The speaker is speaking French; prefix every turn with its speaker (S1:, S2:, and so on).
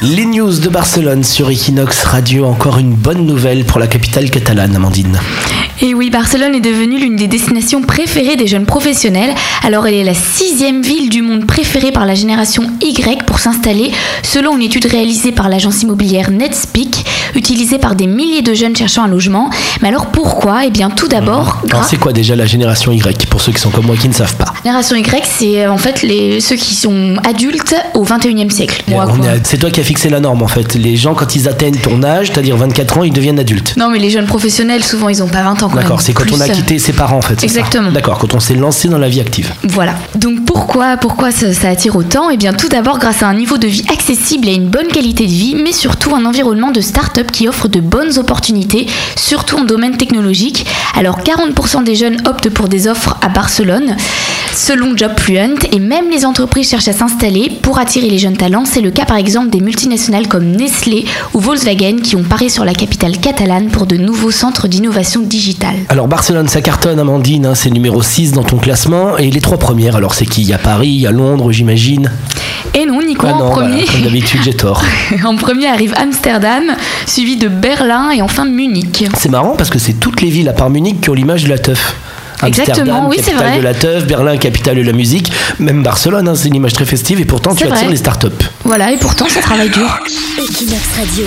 S1: Les news de Barcelone sur Equinox Radio, encore une bonne nouvelle pour la capitale catalane, Amandine.
S2: Et Eh oui, Barcelone est devenue l'une des destinations préférées des jeunes professionnels. Alors elle est la sixième ville du monde préférée par la génération Y pour s'installer, selon une étude réalisée par l'agence immobilière Netspeak, utilisée par des milliers de jeunes cherchant un logement. Mais alors pourquoi Eh bien tout d'abord...
S1: Alors
S2: grâce-
S1: c'est quoi déjà la génération Y, pour ceux qui sont comme moi qui ne savent pas
S2: Génération Y, c'est euh, en fait les, ceux qui sont adultes au 21e siècle. Moi,
S1: On
S2: quoi.
S1: est à- C'est toi qui as fixé la norme en fait. Les gens quand ils atteignent ton âge, c'est-à-dire 24 ans, ils deviennent adultes.
S2: Non, mais les jeunes professionnels, souvent, ils ont pas 20 ans. quand
S1: D'accord,
S2: même.
S1: c'est quand
S2: Plus,
S1: on a
S2: euh,
S1: quitté ses parents en fait. c'est ça
S2: Exactement.
S1: D'accord, quand on s'est lancé dans la vie active.
S2: Voilà. Donc pourquoi, pourquoi ça, ça attire autant Eh bien tout d'abord grâce à un niveau de vie accessible et une bonne qualité de vie, mais surtout un environnement de start-up qui offre de bonnes opportunités, surtout en domaine technologique. Alors 40% des jeunes optent pour des offres à Barcelone, selon JobFluent, et même les entreprises cherchent à s'installer pour attirer les jeunes talents. C'est le cas par exemple des multinationales comme Nestlé ou Volkswagen qui ont paré sur la capitale catalane pour de nouveaux centres d'innovation digitale.
S1: Alors Barcelone, ça cartonne, Amandine, hein, c'est numéro 6 dans ton classement. Et les trois premières, alors c'est qui Il y a Paris, il y a Londres, j'imagine.
S2: Et non, Nico
S1: ah
S2: en
S1: non, voilà,
S2: premier.
S1: comme d'habitude, j'ai tort.
S2: En premier arrive Amsterdam, suivi de Berlin et enfin Munich.
S1: C'est marrant parce que c'est toutes les villes à part Munich qui ont l'image de la teuf. Amsterdam,
S2: Exactement, oui, c'est
S1: capitale
S2: vrai.
S1: de la teuf, Berlin, capitale de la musique, même Barcelone, hein, c'est une image très festive et pourtant tu
S2: C'est
S1: attires
S2: vrai.
S1: les startups.
S2: Voilà, et pourtant ça travaille dur.
S3: Equinox Radio.